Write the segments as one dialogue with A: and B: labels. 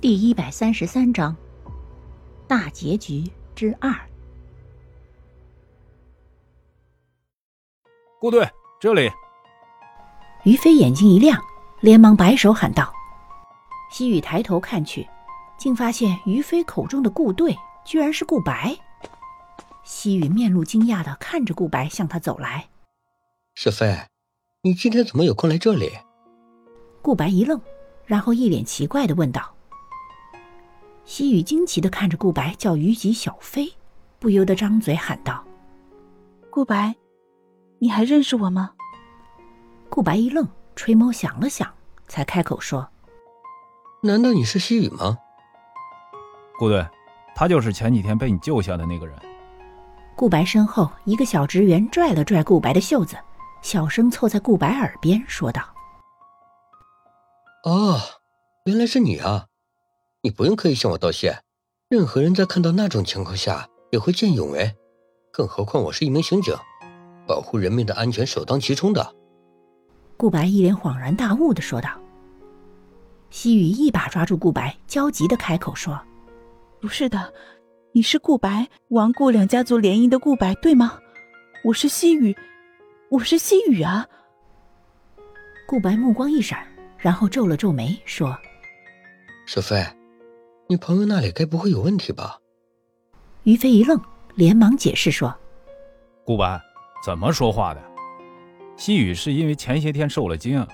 A: 第一百三十三章：大结局之二。
B: 顾队，这里。
A: 于飞眼睛一亮，连忙摆手喊道：“西雨抬头看去，竟发现于飞口中的顾队居然是顾白。”西雨面露惊讶的看着顾白向他走来。
C: 世飞，你今天怎么有空来这里？
A: 顾白一愣，然后一脸奇怪的问道。西雨惊奇的看着顾白叫于吉小飞，不由得张嘴喊道：“
D: 顾白，你还认识我吗？”
A: 顾白一愣，垂眸想了想，才开口说：“
C: 难道你是西雨吗？”
B: 顾队，他就是前几天被你救下的那个人。
A: 顾白身后一个小职员拽了拽顾白的袖子，小声凑在顾白耳边说道：“
C: 哦，原来是你啊！你不用刻意向我道谢，任何人在看到那种情况下也会见义勇为，更何况我是一名刑警，保护人民的安全首当其冲的。”
A: 顾白一脸恍然大悟的说道。西雨一把抓住顾白，焦急的开口说：“
D: 不是的。”你是顾白，王顾两家族联姻的顾白，对吗？我是西雨，我是西雨啊！
A: 顾白目光一闪，然后皱了皱眉，说：“
C: 雪飞，你朋友那里该不会有问题吧？”
A: 于飞一愣，连忙解释说：“
B: 顾白，怎么说话的？西雨是因为前些天受了惊、啊，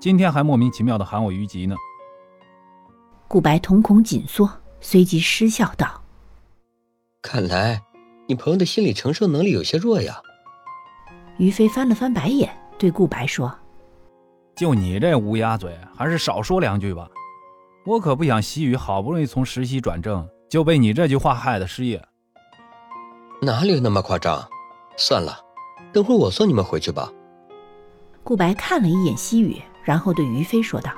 B: 今天还莫名其妙的喊我于吉呢。”
A: 顾白瞳孔紧缩，随即失笑道。
C: 看来，你朋友的心理承受能力有些弱呀。
A: 于飞翻了翻白眼，对顾白说：“
B: 就你这乌鸦嘴，还是少说两句吧。我可不想西雨好不容易从实习转正，就被你这句话害得失业。”
C: 哪里有那么夸张？算了，等会我送你们回去吧。
A: 顾白看了一眼西雨，然后对于飞说道。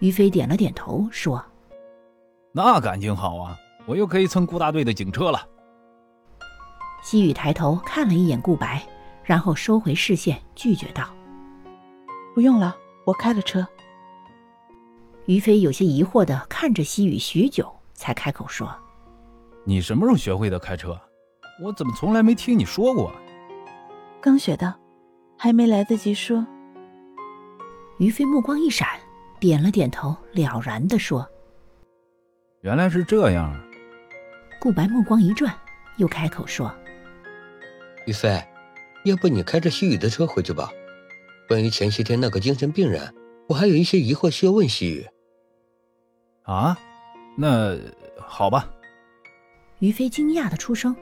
A: 于飞点了点头，说：“
B: 那感情好啊。”我又可以蹭顾大队的警车了。
A: 西雨抬头看了一眼顾白，然后收回视线，拒绝道：“
D: 不用了，我开了车。”
A: 于飞有些疑惑的看着西雨许久，才开口说：“
B: 你什么时候学会的开车？啊我怎么从来没听你说过？”啊
D: 刚学的，还没来得及说。
A: 于飞目光一闪，点了点头，了然的说：“
B: 原来是这样。”啊
A: 顾白目光一转，又开口说：“
C: 于飞，要不你开着西雨的车回去吧？关于前些天那个精神病人，我还有一些疑惑需要问西雨。”
B: 啊，那好吧。
A: 于飞惊讶的出声，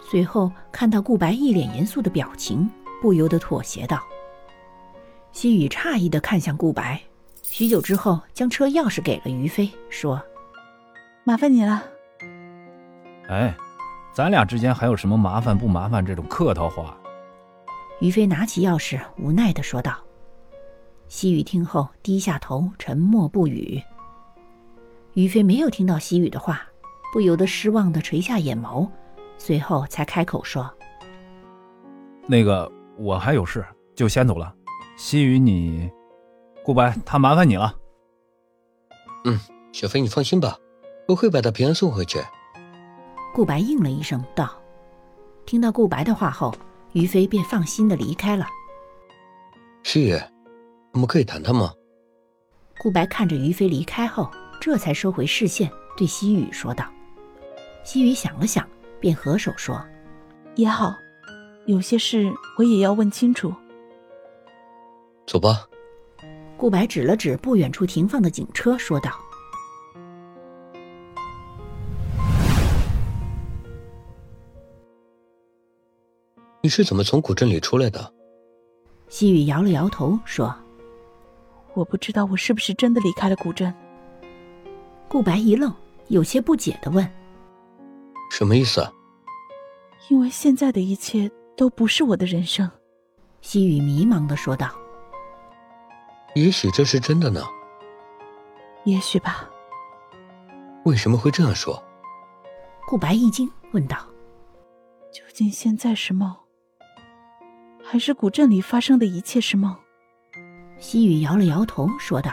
A: 随后看到顾白一脸严肃的表情，不由得妥协道。西雨诧异的看向顾白，许久之后将车钥匙给了于飞，说：“
D: 麻烦你了。”
B: 哎，咱俩之间还有什么麻烦不麻烦这种客套话？
A: 于飞拿起钥匙，无奈的说道。西雨听后低下头，沉默不语。于飞没有听到西雨的话，不由得失望的垂下眼眸，随后才开口说：“
B: 那个，我还有事，就先走了。西雨你，你顾白他麻烦你了。”
C: 嗯，小飞，你放心吧，我会把他平安送回去。
A: 顾白应了一声，道：“听到顾白的话后，于飞便放心的离开了。”
C: 诗雨，我们可以谈谈吗？
A: 顾白看着于飞离开后，这才收回视线，对西雨说道。西雨想了想，便合手说：“
D: 也好，有些事我也要问清楚。”
C: 走吧。
A: 顾白指了指不远处停放的警车，说道。
C: 你是怎么从古镇里出来的？
A: 西雨摇了摇头说：“
D: 我不知道我是不是真的离开了古镇。”
A: 顾白一愣，有些不解的问：“
C: 什么意思？”啊
D: 因为现在的一切都不是我的人生。”
A: 西雨迷茫的说道：“
C: 也许这是真的呢。”“
D: 也许吧。”“
C: 为什么会这样说？”
A: 顾白一惊，问道：“
D: 究竟现在是梦？”还是古镇里发生的一切是梦。
A: 西雨摇了摇头，说道：“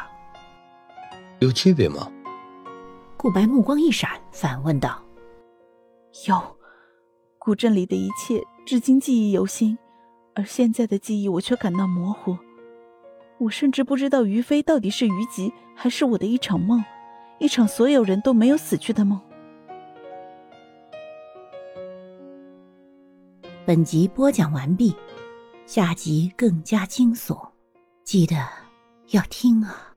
C: 有区别吗？
A: 顾白目光一闪，反问道
D: 有，古镇里的一切至今记忆犹新，而现在的记忆我却感到模糊。我甚至不知道于飞到底是于吉，还是我的一场梦，一场所有人都没有死去的梦。：“
A: 本集播讲完毕，下集更加惊悚，记得要听啊。”